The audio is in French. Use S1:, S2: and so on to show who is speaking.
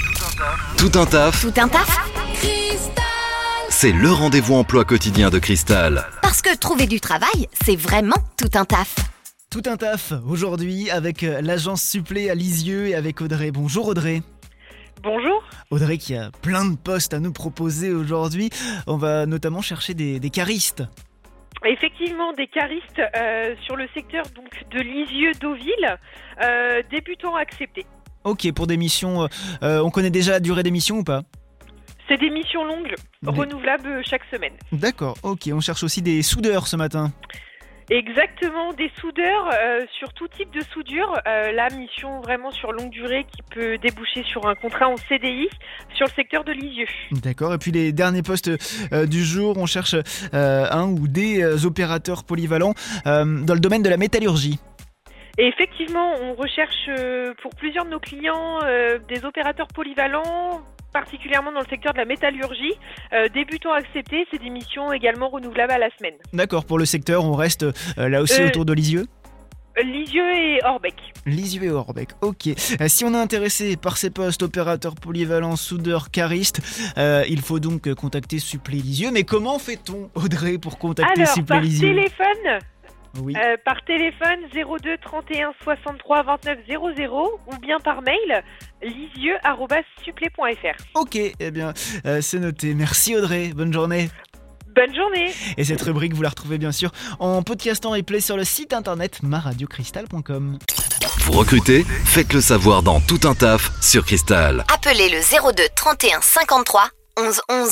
S1: Tout un taf,
S2: Tout un taf
S1: c'est le rendez-vous emploi quotidien de Cristal.
S2: Parce que trouver du travail, c'est vraiment tout un taf.
S3: Tout un taf aujourd'hui avec euh, l'agence supplé à Lisieux et avec Audrey. Bonjour Audrey.
S4: Bonjour.
S3: Audrey qui a plein de postes à nous proposer aujourd'hui. On va notamment chercher des, des caristes.
S4: Effectivement, des caristes euh, sur le secteur donc de Lisieux Deauville, euh, débutants acceptés.
S3: Ok, pour des missions, euh, euh, on connaît déjà la durée des missions ou pas
S4: C'est des missions longues,
S3: Des-
S4: renouvelables chaque semaine.
S3: D'accord, ok, on cherche aussi des soudeurs ce matin.
S4: Exactement, des soudeurs euh, sur tout type de soudure. Euh, la mission vraiment sur longue durée qui peut déboucher sur un contrat en CDI sur le secteur de Lisieux.
S3: D'accord, et puis les derniers postes euh, du jour, on cherche euh, un ou des euh, opérateurs polyvalents euh, dans le domaine de la métallurgie.
S4: Et effectivement, on recherche euh, pour plusieurs de nos clients euh, des opérateurs polyvalents particulièrement dans le secteur de la métallurgie, Euh, débutants acceptés, c'est des missions également renouvelables à la semaine.
S3: D'accord, pour le secteur, on reste euh, là aussi
S4: Euh,
S3: autour de Lisieux
S4: Lisieux et Orbec.
S3: Lisieux et Orbec, ok. Euh, si on est intéressé par ces postes, opérateur polyvalent, soudeur, cariste, euh, il faut donc euh, contacter Supplé Lisieux. Mais comment fait-on, Audrey, pour contacter
S4: Alors,
S3: Supplé
S4: par
S3: Lisieux
S4: téléphone,
S3: Oui,
S4: euh, par téléphone 02 31 63 29 00 ou bien par mail lisieux.supplé.fr.
S3: ok, eh bien, euh, c'est noté. Merci Audrey, bonne journée.
S4: Bonne journée
S3: Et cette rubrique, vous la retrouvez bien sûr en podcast en replay sur le site internet maradiocristal.com.
S1: Vous recrutez Faites le savoir dans Tout un taf sur Cristal.
S2: Appelez le 02 31 53 11 11.